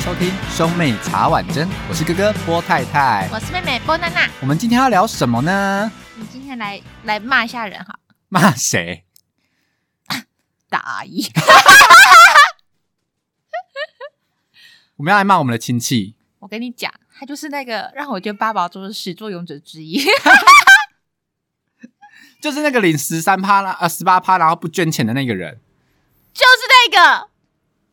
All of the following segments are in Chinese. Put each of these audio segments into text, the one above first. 收听兄妹茶碗蒸，我是哥哥波太太。我是妹妹波娜娜。我们今天要聊什么呢？你今天来来骂一下人哈，骂谁？大阿姨。我们要来骂我们的亲戚。我跟你讲，她就是那个让我觉得八宝粥的始作俑者之 一。就是那个领十三趴啦，呃十八趴，然后不捐钱的那个人。就是那个，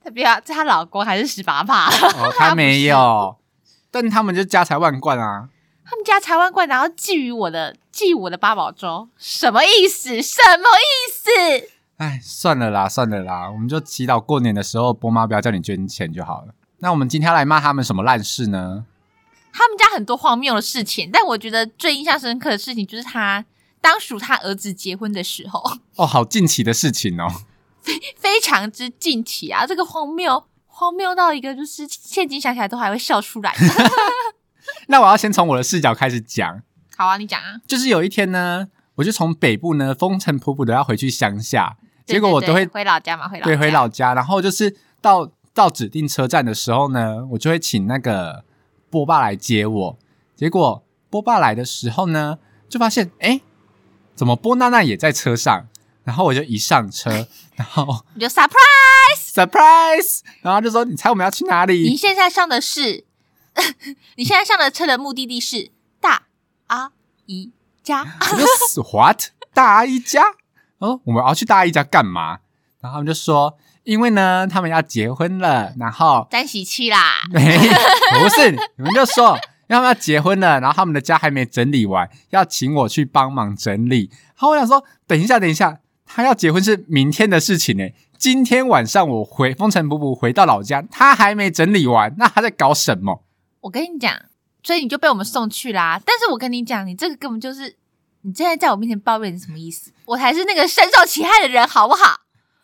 她不啊要，这她老公还是十八 趴，哦，他没有，但他们就家财万贯啊。他们家财万贯，然后觊觎我的觊觎我的八宝粥，什么意思？什么意思？哎，算了啦，算了啦，我们就祈祷过年的时候波妈不要叫你捐钱就好了。那我们今天要来骂他们什么烂事呢？他们家很多荒谬的事情，但我觉得最印象深刻的事情就是他当属他儿子结婚的时候，哦，好近期的事情哦。 非常之近期啊，这个荒谬荒谬到一个就是现今想起来都还会笑出来。 那我要先从我的视角开始讲，好啊，你讲啊。就是有一天呢，我就从北部呢风尘仆仆的要回去乡下， 结果我对都对会对回老家嘛，回老对回老家，然后就是到到指定车站的时候呢，我就会请那个波爸来接我。结果波爸来的时候呢，就发现哎，诶怎么波娜娜也在车上？然后我就一上车，然后 你就 surprise。 surprise，然后就说你猜我们要去哪你里？现在上的是， 你现在上的车的目的地是大啊阿姨家，我就死 what 大阿姨家？哦，我们要去大阿姨家干嘛？然后他们就说，因为呢，他们要结婚了，然后 沾喜气啦。没，不是，你们就说要不要结婚了，然后他们的家还没整理完，要请我去帮忙整理。然后我想说，等一下，等一下，他要结婚是明天的事情呢、今天晚上我回风尘仆仆回到老家，他还没整理完，那他在搞什么？我跟你讲，所以你就被我们送去啦。但是我跟你讲，你这个根本就是你现在在我面前抱怨，你什么意思？我才是那个深受其害的人，好不好？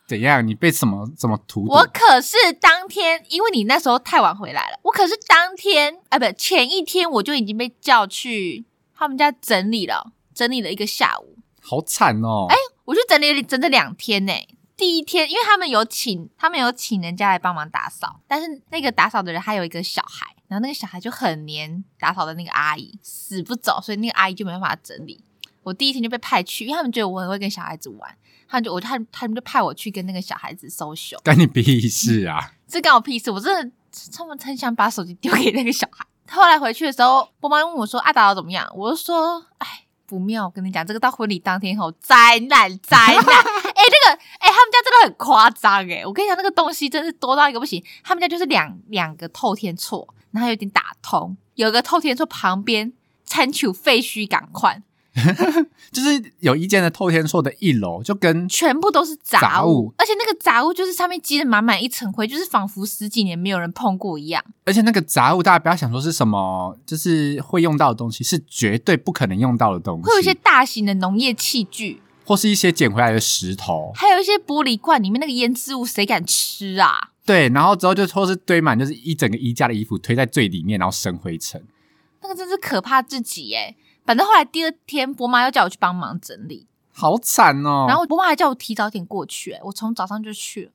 怎样？你被什么怎么荼毒我？可是当天，因为你那时候太晚回来了，我可是当天，啊，不，前一天我就已经被叫去他们家整理了，整理了一个下午。好惨哦！哎、我去整理整整两天呢、第一天，因为他们有请他们有请人家来帮忙打扫，但是那个打扫的人还有一个小孩，然后那个小孩就很黏打扫的那个阿姨，死不走，所以那个阿姨就没办法整理。我第一天就被派去，因为他们觉得我很会跟小孩子玩，他们就我他他们就派我去跟那个小孩子 social，干你屁事啊！这干我屁事！我真的他们很想把手机丢给那个小孩。后来回去的时候，波妈问我说：“阿达达怎么样？”我就说：“哎，不妙！我跟你讲，这个到婚礼当天后灾难灾难！哎、那个哎、他们家真的很夸张哎！我跟你讲，那个东西真是多到一个不行。哎他们家就是两两个透天厝，然后有点打通，有一个透天厝旁边参求废墟赶快，就是有一间的透天厝的一楼，就跟全部都是杂物，杂物而且那个杂物就是上面积的满满一层灰，就是仿佛十几年没有人碰过一样。而且那个杂物，大家不要想说是什么，就是会用到的东西，是绝对不可能用到的东西，会有一些大型的农业器具。或是一些捡回来的石头，还有一些玻璃罐里面那个腌制物，谁敢吃啊？对，然后之后就或是堆满，就是一整个衣架的衣服推在最里面，然后生灰尘。那个真是可怕至极耶、反正后来第二天，伯妈又叫我去帮忙整理，好惨哦！然后伯妈还叫我提早点过去、欸。我从早上就去了，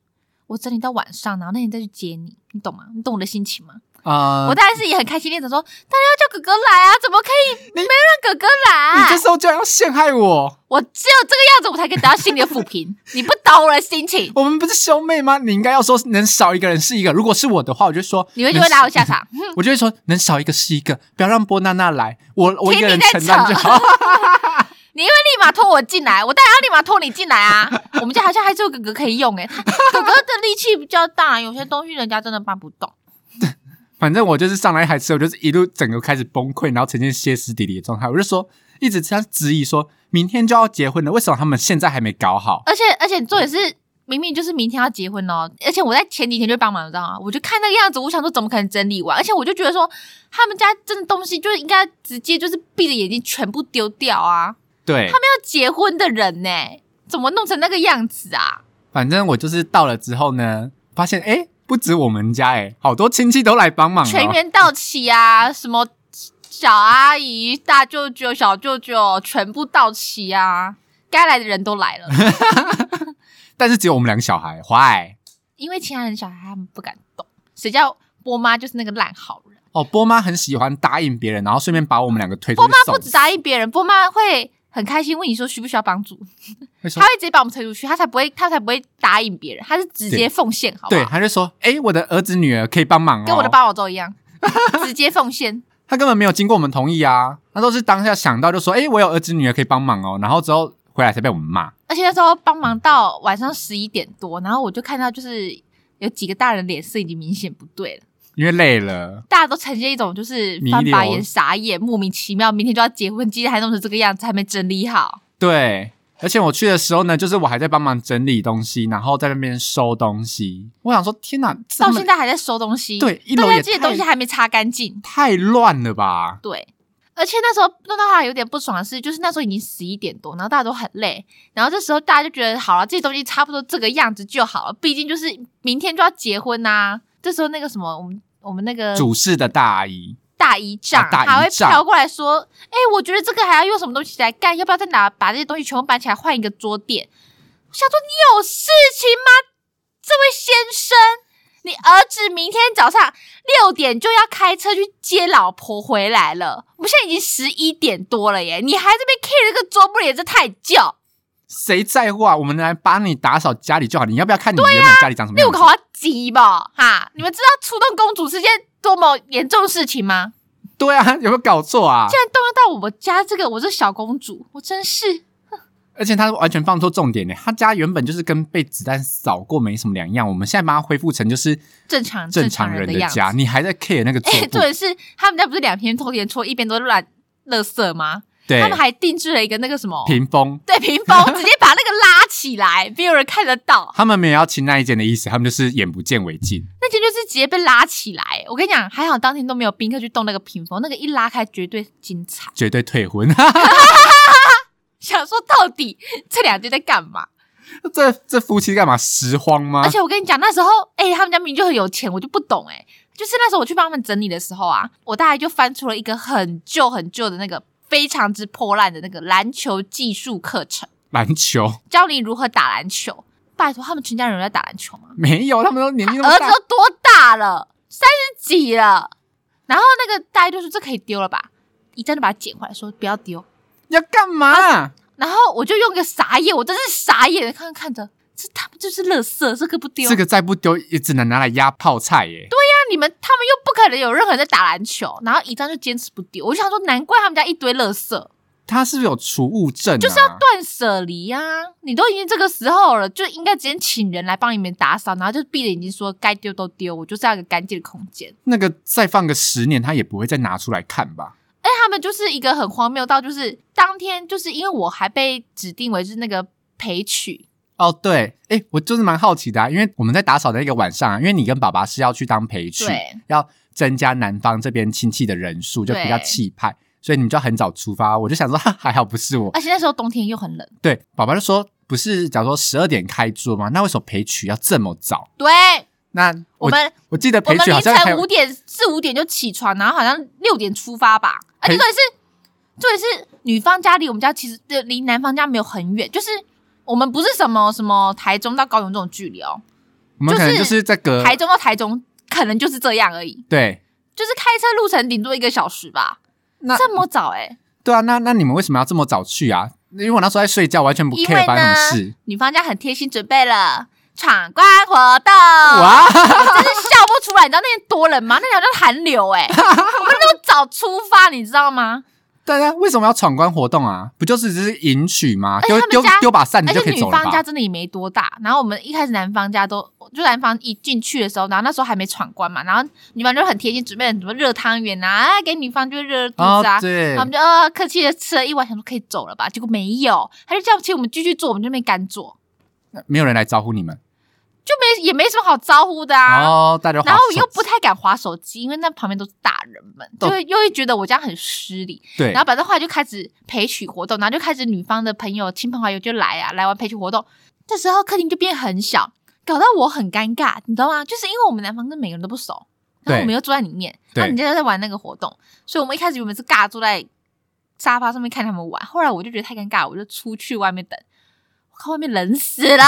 我整理到晚上，然后那天再去接你，你懂吗？你懂我的心情吗？呃我，当然是也很开心，练着说，当然要叫哥哥来啊，怎么可以没让哥哥你来啊这？时候居然要陷害我！我只有这个样子，我才可以得到心里的抚平。 你不懂我的心情，我们不是兄妹吗？你应该要说能少一个人是一个。如果是我的话，我就说你会就会拉我下场，场。 我就会说能少一个是一个，不要让波娜娜来，我我一听个人你在承担扯就好。你因为立马拖我进来，我当然要立马拖你进来啊！ 我们家好像还是有哥哥可以用诶、欸他哥哥的力气比较大，有些东西人家真的搬不动。反正我就是上来一台车，我就是一路整个开始崩溃，然后呈现歇斯底里的状态。我就说，一直他质疑说，明天就要结婚了，为什么他们现在还没搞好？而且而且重点是，明明就是明天要结婚哦，而且我在前几天就帮忙，你知道吗？我就看那个样子，我想说怎么可能整理完？而且我就觉得说，他们家真的东西就应该直接就是闭着眼睛全部丢掉啊！对，要结婚的人呢、怎么弄成那个样子啊？反正我就是到了之后呢，发现哎、诶不止我们家哎、诶好多亲戚都来帮忙哦了。全员到齐啊，什么小阿姨、大舅舅、小舅舅，全部到齐啊！该来的人都 来了，但是只有我们两个小孩，坏。因为其他人小孩他们不敢动，谁叫波妈就是那个烂好人。哦，波妈很喜欢答应别人，然后顺便把我们两个推出波去妈送不止答应别人，波妈会很开心问你说需不需要帮助，会她说会直接把我们推出去，她才不会，她才不会答应别人，她是直接对奉献，好不对，好？他就说：“哎、我的儿子女儿可以帮忙哦。”跟我的八宝粥 一样，直接奉献。他根本没有经过我们同意啊，他都是当下想到就说：“哎、我有儿子女儿可以帮忙哦。”然后之后回来才被我们骂。而且那时候帮忙到晚上十一点多，然后我就看到就是有几个大人脸色已经明显不对了，因为累了，大家都呈现一种就是迷翻白流眼、傻眼、莫名其妙，明天就要结婚，今天还弄成这个样子，还没整理好。对，而且我去的时候呢，就是我还在帮忙整理东西，然后在那边收东西。我想说，天哪，这到 他们现在还在收东西，对一楼到也现在这些太东西还没擦干净，太乱了吧？对。而且那时候弄到他有点不爽的是，就是那时候已经十一点多，然后大家都很累，然后这时候大家就觉得好了，这些东西差不多这个样子就好了，毕竟就是明天就要结婚呐、这时候那个什么，我们我们那个主事的大阿姨，大姨丈、啊大姨还会丈飘过来说：“哎、我觉得这个还要用什么东西来盖？要不要再拿把这些东西全部搬起来换一个桌垫？”我想说，你有事情吗，这位先生？你儿子明天早上六点就要开车去接老婆回来了，我们现在已经十一点多了耶，你还这边 care 这个桌布帘，这太旧。谁在乎啊？我们来帮你打扫家里就好。你要不要看你原本家里长什么样六子？口要急吧？哈，你们知道出动公主是件多么严重的事情吗？对啊，有没有搞错啊竟？然动用到我们家这个，我这小公主，我真是。而且他完全放错重点呢。他家原本就是跟被子弹扫过没什么两样，我们现在把它恢复成就是正常正常常人的的样家，子。你还在 care 那个桌哎，布重？点是他们家不是两边偷点戳，一边都乱垃圾吗？对他，们还定制了一个那个什么屏风，对屏风，直接把那个拉起来，没有人看得到。 他们没有要清那一间的意思，他们就是眼不见为净。那间就是直接被拉起来。我跟你讲，还好当天都没有宾客去动那个屏风，那个一拉开绝对精彩。绝对退婚， 想说到底这两天在干嘛？这这夫妻干嘛拾荒吗而？且我跟你讲，那时候哎、他们家明明就很有钱，我就不懂哎、就是那时候我去帮他们整理的时候啊，我大概就翻出了一个很旧很旧的那个非常之破烂的那个篮球技术课程，篮球教你如何打篮球。拜托，他们全家人有在打篮球吗？没有，他们都年纪那么儿子大，都多大了？三十几了。然后那个大家就说这可以丢了吧？一真的把它捡回来说不要丢。要干嘛？然后我就用个傻眼，我真是傻眼的看看着，这他们就是垃圾，这个不丢。这个再不丢，也只能拿来压泡菜耶。你们他们又不可能有任何人在打篮球，然后一张就坚持不丢，我就想说，难怪他们家一堆垃圾，他是不是有储物症、啊？就是要断舍离啊！你都已经这个时候了，就应该直接请人来帮你们打扫，然后就闭着眼睛说该丢都丢，我就是要一个干净的空间。那个再放个十年，他也不会再拿出来看吧？哎，他们就是一个很荒谬到，就是当天就是因为我还被指定为是那个陪娶，哦，对，哎，我就是蛮好奇的、啊，因为我们在打扫的那个晚上、啊，因为你跟爸爸是要去当陪去，对要增加南方这边亲戚的人数，就比较对气派，所以你们就要很早出发。我就想说，哈还好不是我，而且那时候冬天又很冷，对，爸爸就说，不是假如说十二点开桌吗？那为什么陪娶要这么早？对那我我们我记得我陪们娶好凌像还晨有五点四五点就起床，然后好像六点出发吧。而且陪重点是，重点是女方家离我们家其实呃离男方家没有很远，就是我们不是什么什么台中到高雄这种距离哦，我们可能就就是是在隔台中到台中可能就是这样而已，对就是开车路程顶多一个小时吧。那这么早哎、对啊，那那你们为什么要这么早去啊？因为我那时候在睡觉，完全不因 care 为发生呢什么事。，女方家很贴心准备了闯关活动，哇，真是笑不出来。你知道那天多冷吗？那条叫寒流 哎、我们那么早出发，你知道吗？大家为什么要闯关活动啊？不就是只是迎娶吗？而且丢他们丢家丢把扇子而就且可以女走了方家吧？真的也没多大，然后我们一开始男方家都就男方一进去的时候，然后那时候还没闯关嘛，然后女方就很贴心，准备了什么热汤圆啊，啊给女方就热肚哦子啊，对然后我，们就呃客气的吃了一碗，想说可以走了吧，结果没有，他就叫请我们继续坐，我们就没敢坐，没有人来招呼你们就没也没什么好招呼的啊。哦，大家然后划手又不太敢划手机，因为那旁边都是大人们，就哦会又会觉得我这样很失礼。对然后反正后来就开始陪娶活动，然后就开始女方的朋友、亲朋好友就来啊，来玩陪娶活动。这时候客厅就变很小，搞到我很尴尬，你知道吗？就是因为我们男方跟每个人都不熟，然对后我们又坐在里面，对然后人家在玩那个活动，所以我们一开始原本是尬坐在啊沙发上面看他们玩，后来我就觉得太尴尬了，我就出去外面等。我靠，外面冷死 了，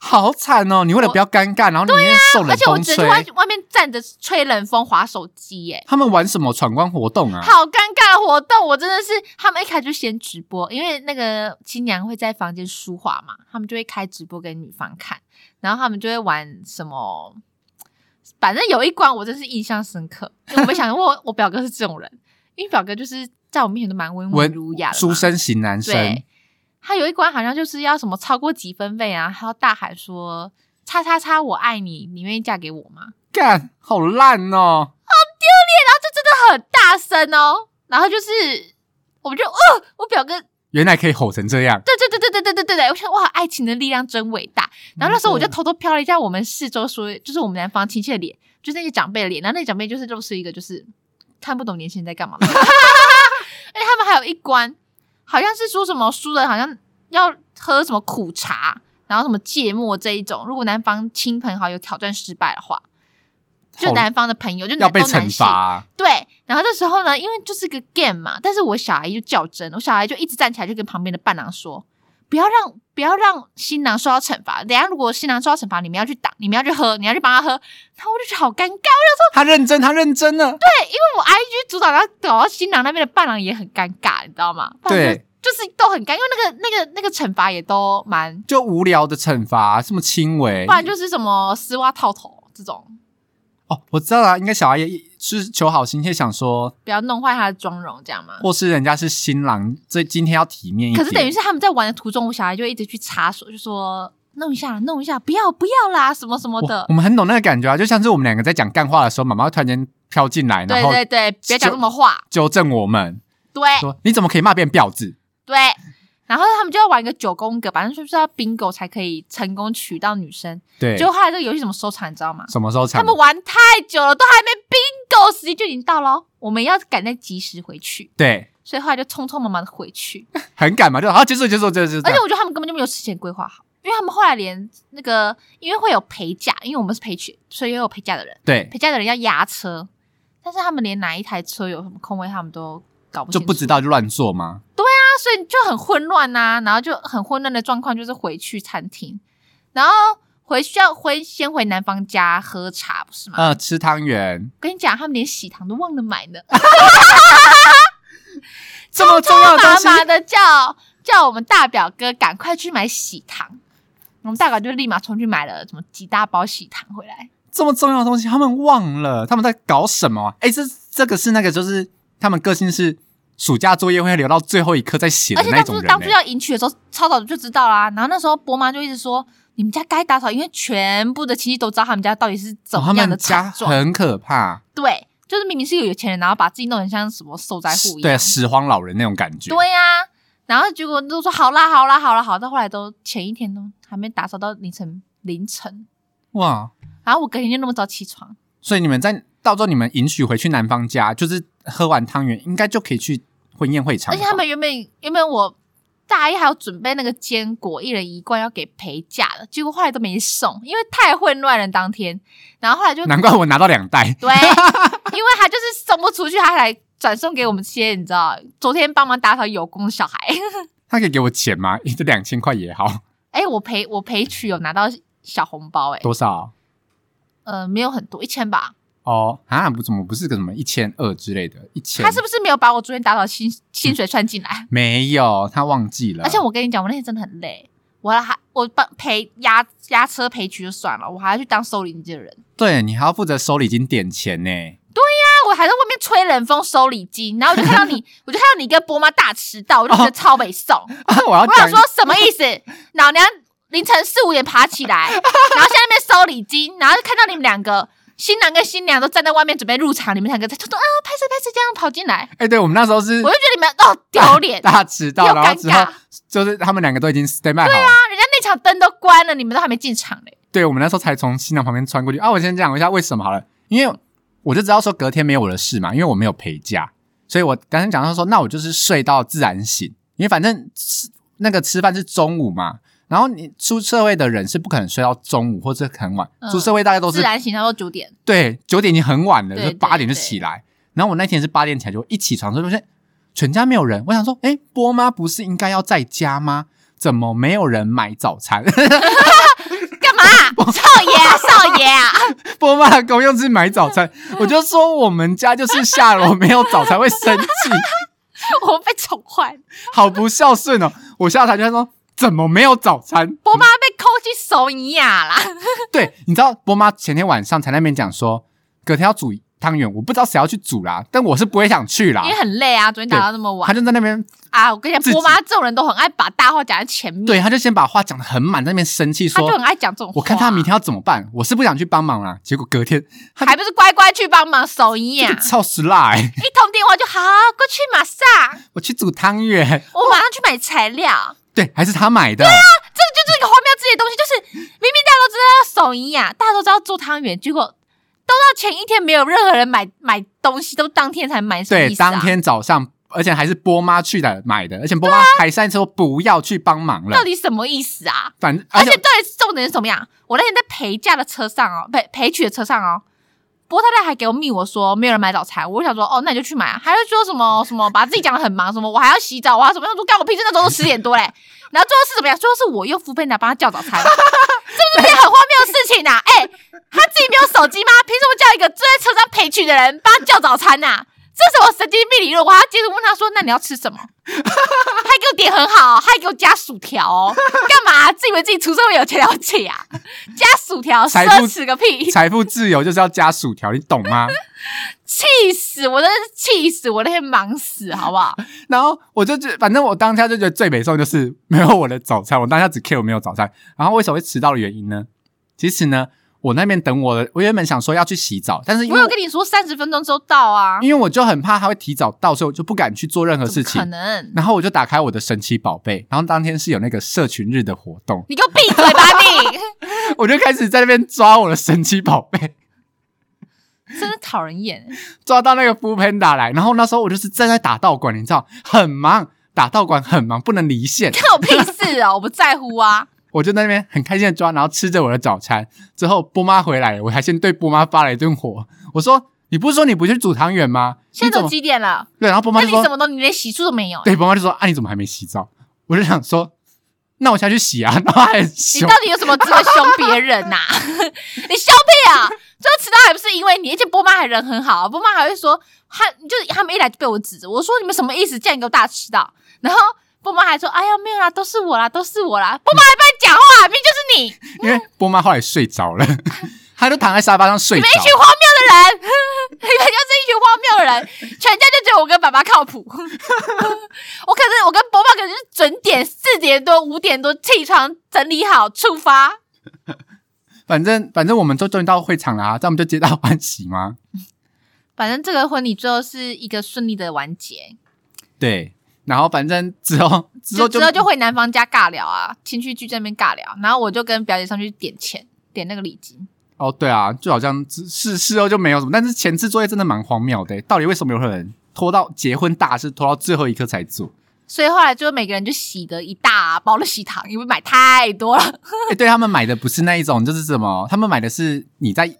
好惨哦！你为了不要尴尬，然后你宁愿受啊而冷且我风只吹能去，外外面站着吹冷风划手机、耶他们玩什么闯关活动啊？好尴尬的活动，我真的是他们一开始就先直播，因为那个新娘会在房间梳化嘛，他们就会开直播给女方看，然后他们就会玩什么，反正有一关我真是印象深刻，因为我没想过我我表哥是这种人，因为表哥就是在我面前都蛮温文文儒雅的嘛，书生型男生对，他有一关好像就是要什么超过几分贝啊，还要大喊说“叉叉叉我爱你，你愿意嫁给我吗？”干好烂哦！然后就真的很大声哦，然后就是，我就呃，我表哥，原来可以吼成这样，对对对对对对对对对，我想哇，爱情的力量真伟大。然后那时嗯候我就偷偷瞟了一下我们四周所有，就是我们南方亲戚的脸，就是那些长辈的脸，然后那些长辈就是就是一个就是看不懂年轻人在干嘛 的，而且他们还有一关，好像是说什么输的，好像要喝什么苦茶。然后什么芥末这一种，如果男方亲朋好友挑战失败的话，就好男方的朋友就要男被都男惩性罚啊。对，然后这时候呢，因为就是个 game 嘛，但是我小阿姨就较真，我小阿姨就一直站起来就跟旁边的伴郎说，不要让不要让新郎受到惩罚，等一下如果新郎受到惩罚，你们要去挡，你们要去喝，你要去帮他喝，然后我就觉得好尴尬，因他认真，他认真了。为我阿姨去主导，然后搞到新郎那边的伴郎也很尴尬，你知道吗？伴郎就对，就是都很尴尬，因为那个那个那个惩罚也都蛮，就无聊的惩罚，这么轻微不。然就是什么丝袜套头这种，哦，我知道了，应该小阿姨是求好心切，想说，不要弄坏他的妆容，这样吗？或是人家是新郎，这今天要体面一可点。是等于是他们在玩的途中，我小孩就一直去插手，就说弄一下，弄一下，不要不要啦，什么什么我的我。们很懂那个感觉啊，就像是我们两个在讲干话的时候，妈妈会突然间飘进来，对然后对哎对，别讲那么话。纠正我们，对说你怎么可以骂别人婊子？对，然后他们就要玩一个九宫格，反正就是要 bingo 才可以成功娶到女生。对，结果后来这个游戏怎么收场，你知道吗？什么时候他产？们玩太久了，都还没 bingo 时间就已经到了哦，我们要赶在及时回去，对，所以后来就匆匆忙忙的回去。很赶嘛，就好结束结束结束。结束而且我觉得他们根本就没有事前规划好，因为他们后来连那个，因为会有陪嫁，因为我们是陪娶，所以也有陪嫁的人。对，陪嫁的人要押车，但是他们连哪一台车有什么空位，他们都搞不就清不楚，知道就乱做嘛。那所以就很混乱呐、然后就很混乱的状况就是回去餐厅，然后回去要回先回男方家喝茶，不是吗？呃，吃汤圆我跟你讲，他们连喜糖都忘了买呢，啊 这么重要的东妈西，妈的叫叫我们大表哥赶快去买喜糖。我们大表就立马冲去买了什么几大包喜糖回来，这么重要的东西，他们忘了，他们在搞什么啊？哎，这这个是那个，就是他们个性是暑假作业会留到最后一刻再写而的且那当初种人、当初欸。要迎娶的时候，超早就知道啦、然后那时候伯妈就一直说，你们家该打扫，因为全部的亲戚都知道他们家到底是怎哦他么样的们惨家状。很可怕，对，就是明明是有有钱人，然后把自己弄成像什么受灾户一对啊样。拾荒老人那种感觉。对呀、然后结果都说好啦好啦好啦好，到后来都前一天都还没打扫到凌晨凌晨，哇，然后我隔天就那么早起床，所以你们在到时候你们迎娶回去男方家，就是喝完汤圆，应该就可以去婚宴会场而了吧。且他们原本原本我大一还有准备那个坚果，一人一罐要给陪嫁的，结果后来都没送，因为太混乱了当天。然后后来就难怪我拿到两袋，对，因为他就是送不出去，他还转送给我们这些你知道，昨天帮忙打扫有功的小孩。他可以给我钱吗？一这两千块也好，哎、我陪我陪娶有拿到小红包、哎，多少？呃，没有很多，一千吧。哦啊，不怎么不是个什么一千二之类的，一千他是不是没有把我昨天打扫薪薪水算进 来？没有，他忘记了。而且我跟你讲，我那天真的很累，我还我帮陪押押车陪娶就算了，我还要去当收礼金的人。啊对你还要负责收礼金点钱呢，我还在外面吹冷风收礼金，然后我就看到你， 我就看到你跟波妈大迟到，我就觉得哦超没送。啊我要我想讲说什么意思？ 老娘凌晨四五点爬起 来，然后现在那边收礼金，然后就看到你们两个新郎跟新娘都站在外面准备入场，你们两个在偷偷啊拍摄拍摄这样跑进来，哎、对我们那时候是我就觉得你们哦丢脸 啊！大迟到，又然后尴之后尬就是他们两个都已经 stand by 好了，啊人家那场灯都关了，你们都还没进场嘞。对我们那时候才从新娘旁边穿过去啊。我先讲一下为什么好了，因为我就知道说隔天没有我的事嘛，因为我没有陪嫁，所以我刚才讲到说，那我就是睡到自然醒，因为反正吃那个吃饭是中午嘛，然后你出社会的人是不可能睡到中午或者很晚，嗯出社会大家都自是然醒，差不多九点，对九点已经很晚了，对就对八点就起来。然后我那天是八点起来，就一起床之后发现全家没有人，我想说，哎，波妈不是应该要在家吗？怎么没有人买早餐？ 干嘛啊、少爷 啊，少爷啊，波妈的公用是买早 餐，我就说我们家就是下楼没有早餐会生气， 我被宠坏了，好不孝顺哦。我下台就说怎么没有早餐？ 波妈被扣去手尼亚啦。对，你知道波妈前天晚上才在那边讲说，隔天要煮汤圆，我不知道谁要去煮啦，但我是不会想去啦因为。很累啊，昨天打到那么他晚就在那边，啊！我跟你自己讲，波妈这种人都很爱把大话讲在前面，对，他就先把话讲得很满，在那边生气他就说很啊爱讲这种：“话。我看他明天要怎么办，我是不想去帮忙啦。”结果隔天他还不是乖乖去帮忙手一这样，个超时辣欸，一通电话就好，过去马上， 我去煮汤圆，我马上去买材料。对，还是他买的，这个就是一个荒谬之类的东西，就是明明大家都知道要手一样，大家都知道做汤圆，结果都到前一天没有任何人买买东西，都当天才买，什么对，意思啊当天早上，而且还是波妈去的买的，而且波妈还上次说不要去帮忙了啊到，底什么意思啊？反正而且而且到底是重点是怎么样？我那天在陪嫁的车上哦，陪陪娶的车上哦，波太太还给我密我说没有人买早餐，我就想说哦，那你就去买啊。还是说什么什么把自己讲的很忙，什么我还要洗澡，啊我还要什么样说干我平时那时候都十点多嘞。然后最后是怎么样？最后是我用付费拿帮他叫早餐， 这不是一件很荒谬的事情呐、啊？哎、他自己没有手机吗？凭什么叫一个坐在车上陪娶的人帮他叫早餐呐、这是我神经病理论，我还要接着问他说：“那你要吃什么？”还给我点很好，还给我加薯条、哦，干嘛、自以为自己出社会有钱了不起啊？加薯条财奢富侈个屁！财富自由就是要加薯条，你懂 吗？气死我！真的是气死我！那天忙死，好不好？然后我就觉得，反正我当下就觉得最美颂就是没有我的早餐，我当下只 care 我没有早餐。然后为什么会迟到的原因呢？其实呢，我那边等我的，我原本想说要去洗澡，但是因我为有跟你说三十分钟之后到啊，因为我就很怕他会提早到，所以我就不敢去做任何事怎么可情。能？然后我就打开我的神奇宝贝，然后当天是有那个社群日的活动，你给我闭嘴吧你！ 我就开始在那边抓我的神奇宝贝，真的讨人厌。抓到那个 f o o Panda 来。然后那时候我就是正在打道馆，你知道，很忙，打道馆很忙，不能离线。看我屁事啊！我不在乎啊！我就在那边很开心的抓，然后吃着我的早餐。之后波妈回来了，我还先对波妈发了一顿火，我说：“你不是说你不去煮汤圆吗？现你在怎都么几点了？对？”然后波那妈就你说什么都你连洗漱都没有：“欸、对，波妈就说啊，你怎么还没洗澡？”我就想说：“那我下去洗啊。”然后还很你凶到，底有什么资格凶别人呐、你凶屁啊！最后迟到还不是因为你，而且波妈还人很好、啊，波妈还会说他就是他们一来就被我指着，我说你们什么意思，竟然给我大迟到，然后。波妈还说：“哎呀，没有啦，都是我啦，都是我啦。”波妈还帮你讲话，明明就是你，因为波妈后来睡着了， 她就躺在沙发上睡你着们一。群荒谬的人， 你们就是一群荒谬的人，全家就觉得我跟爸爸靠谱。我 可是我跟波爸可是准点四点多五点多起床整理好出发，反正反正我们都终于到会场了、啊，这样我们就皆大欢喜吗？反正这个婚礼最后是一个顺利的完结，对。然后反正之后之后就就之后就回男方家尬聊啊，亲戚聚这边尬聊，然后我就跟表姐上去点钱，点那个礼金，哦，对啊，就好像之事事后就没有什么，但是前置作业真的蛮荒谬的欸。到底为什么有人拖到结婚大事拖到最后一刻才 做？所以后来就每个人就洗的一大包的喜糖，因为买太多 了，哎，对他们买的不是那一种，就是什么？他们买的是你在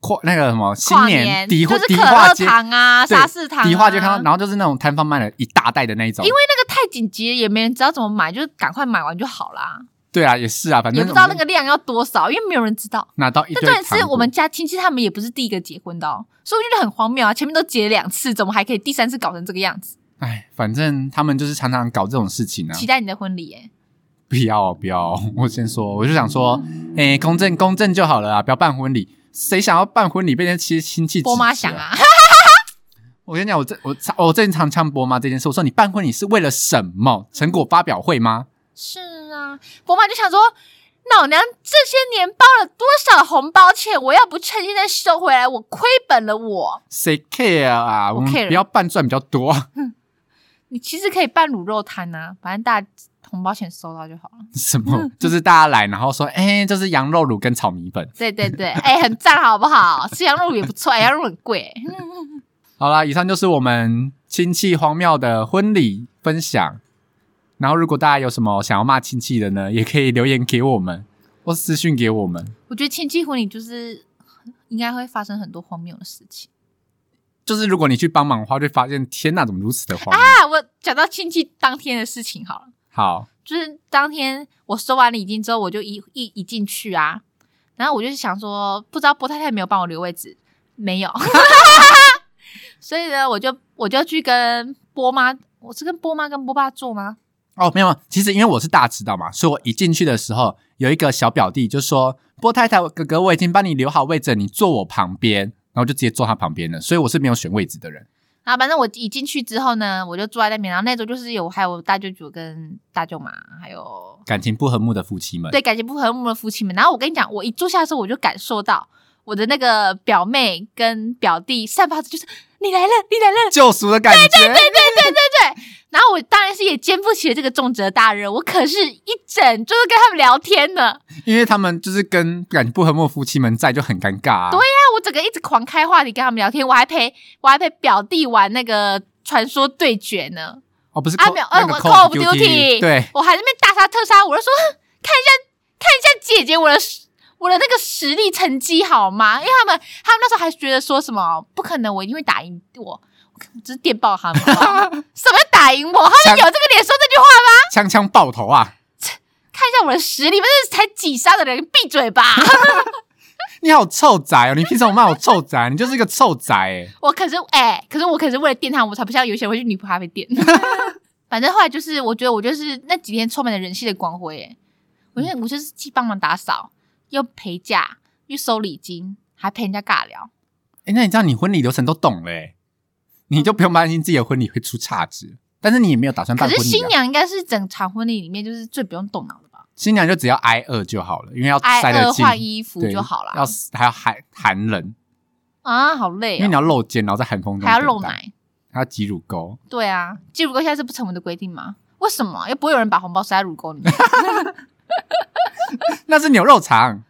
跨那个什么新跨年年迪化就是迪可化乐街糖啊、对沙士糖、啊、迪化街看到，然后就是那种摊贩卖了一大袋的那一种。因为那个太紧急了，也没人知道怎么买，就赶快买完就好啦，对啊，也是啊，反也正不知道我那们个量要多少，因为没有人知道。拿到一堆但重点糖是果我们家亲戚他们也不是第一个结婚的哦，所以我觉得很荒谬啊！前面都结两次，怎么还可以第三次搞成这个样子？哎，反正他们就是常常搞这种事情啊。期待你的婚礼哎、 不要不要，我先说，我就想说，嗯哎、公证公证就好了啊，不要办婚礼。谁想要办婚礼被那些亲戚？波妈想！啊，我跟你讲，我这我常我最近常呛波妈这件事，我说你办婚礼是为了什么？成果发表会吗？ 是啊，波妈就想说，老娘这些年包了多少红包钱，我要不趁现在收回来，我亏本了我。谁 care 啊？我们 care 不要办赚比较多，啊你其实可以办卤肉摊呐、反正大家红包钱收到就好了。 什么嗯就是大家来，然后说，哎、这是羊肉卤跟炒米粉。对对对， 哎、很赞好不好？吃羊肉也不 错，哎羊肉很贵。好啦，以上就是我们亲戚荒谬的婚礼分享。然后，如果大家有什么想要骂亲戚的呢，也可以留言给我们或私讯给我们。我觉得亲戚婚礼就是应该会发生很多荒谬的事情就是如果你去帮忙的话，就会发现天呐，怎么如此的荒谬？啊。我讲到亲戚当天的事情好了。好，就是当天我收完礼金之后，我就一一一进去啊，然后我就想说，不知道波太太有没有帮我留位置，没有， 所以呢，我就我就去跟波妈，我是跟波妈跟波爸坐吗？哦，没有，其实因为我是大迟到嘛，所以我一进去的时候，有一个小表弟就说：“波太太哥哥，我已经帮你留好位置，你坐我旁边。”然后就直接坐他旁边了，所以我是没有选位置的人。啊，反正我一进去之后呢，我就坐在那边，然后那桌就是有还有大舅舅跟大舅妈，还有感情不和睦的夫妻们，对感情不和睦的夫妻们。然后我跟你讲，我一坐下的时候，我就感受到我的那个表妹跟表弟散发着就是你来了，你来了，救赎的感觉。然后我当然是也肩负起了这个重责大任，我可是一整就是跟他们聊天哎呢，因为他们就是跟感情不和睦的夫妻们在就很尴尬、啊。对那我整个一直狂开话题跟他们聊天，我还陪我还陪表弟玩那个传说对决呢，哦，不是啊 Call- 没有那呃个我 Call Call of Duty 啊对，我还在那边大杀特杀，我就说哼看一下看一下姐姐我的实我的那个实力成绩好吗？因为他们他们那时候还觉得说什么不可能，我一定会打赢我。我只是电爆他们，好不好什么打赢我？他想们有这个脸说这句话？枪枪爆头啊！看一下我的实力，不是才几杀的人，闭嘴吧！你好臭宅哦！你凭什么骂我臭宅？你就是一个臭宅哎、我可是哎、可是我可是为了电他们，我才不像有些人会去女仆咖啡店。反正后来就是，我觉得我就是那几天充满了人气的光辉哎、我觉得我就是既帮忙打扫，又陪嫁，又收礼金，还陪人家尬聊。哎、那你知道你婚礼流程都懂嘞、你就不用担心自己的婚礼会出岔子。但是你也没有打算可办婚是礼、啊，新娘应该是整场婚礼里面就是最不用动脑的吧？新娘就只要挨饿就好了，因为要挨塞得饿进，换衣服对就好啦要。还要寒寒冷，啊，好累、因为你哦，要露肩，然后在寒风中还要等露待，奶。还要挤乳沟。对啊，寄乳沟现在是不成文的规定吗？为什么？又不会有人把红包塞在乳沟里面。那是牛肉肠，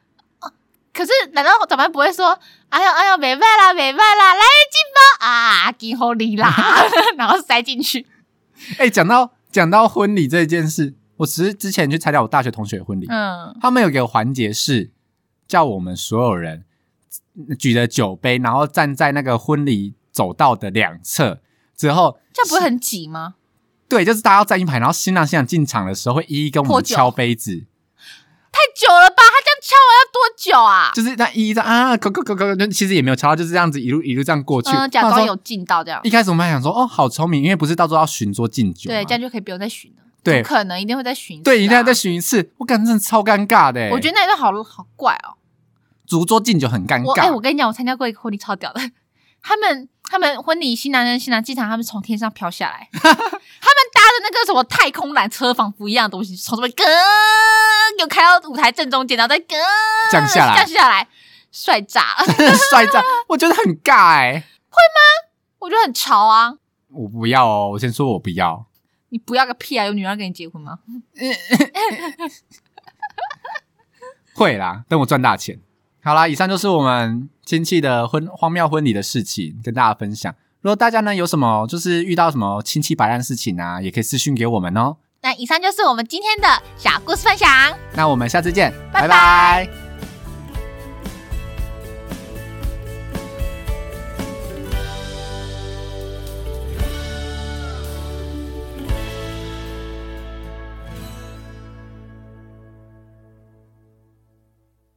可是，难道长辈不会说：“哎呦哎呦，没办啦，没办啦，来金包啊，金好你 啦！”然后塞进去。哎、讲到讲到婚礼这件事，我只是之前去参加我大学同学的婚礼，嗯，他们有个环节是叫我们所有人举着酒杯，然后站在那个婚礼走道的两侧，之后这样不会很挤吗？对，就是大家要站一排，然后新郎新娘进场的时候会一一跟我泼们酒敲杯子，太久了吧？他这样敲完要多久啊？就是那一一这样啊，咯咯咯咯，就其实也没有敲到，就是这样子一路一路这样过去。嗯，假装那时有候。进到这样，一开始我们还想说，哦，好聪明，因为不是到时候要巡桌敬酒嘛，对，这样就可以不用再巡了。对不可能一定会再巡、对，一定要再巡。巡一次。我感觉真的超尴尬的欸，我觉得那一段好好怪哦。逐桌敬酒很尴我哎、尬。我跟你讲，我参加过一个婚礼超屌的， 他们他们婚礼新郎跟新娘进场，他们从天上飘下来， 他们搭着那个什么太空缆车，仿佛一样的东西，从这边咯，又开到舞台正中间，然后再咯降下来降下来，帅炸 了，帅炸，我觉得很尬哎。我觉得很潮啊！我不要哦，我先说我不要。你不要个屁啊！有女人要跟你结婚吗？会啦，等我赚大钱。好啦，以上就是我们亲戚的婚荒谬婚礼的事情，跟大家分享。如果大家呢有什么就是遇到什么亲戚摆烂事情啊，也可以私讯给我们哦。那以上就是我们今天的小故事分享。那我们下次见，拜拜拜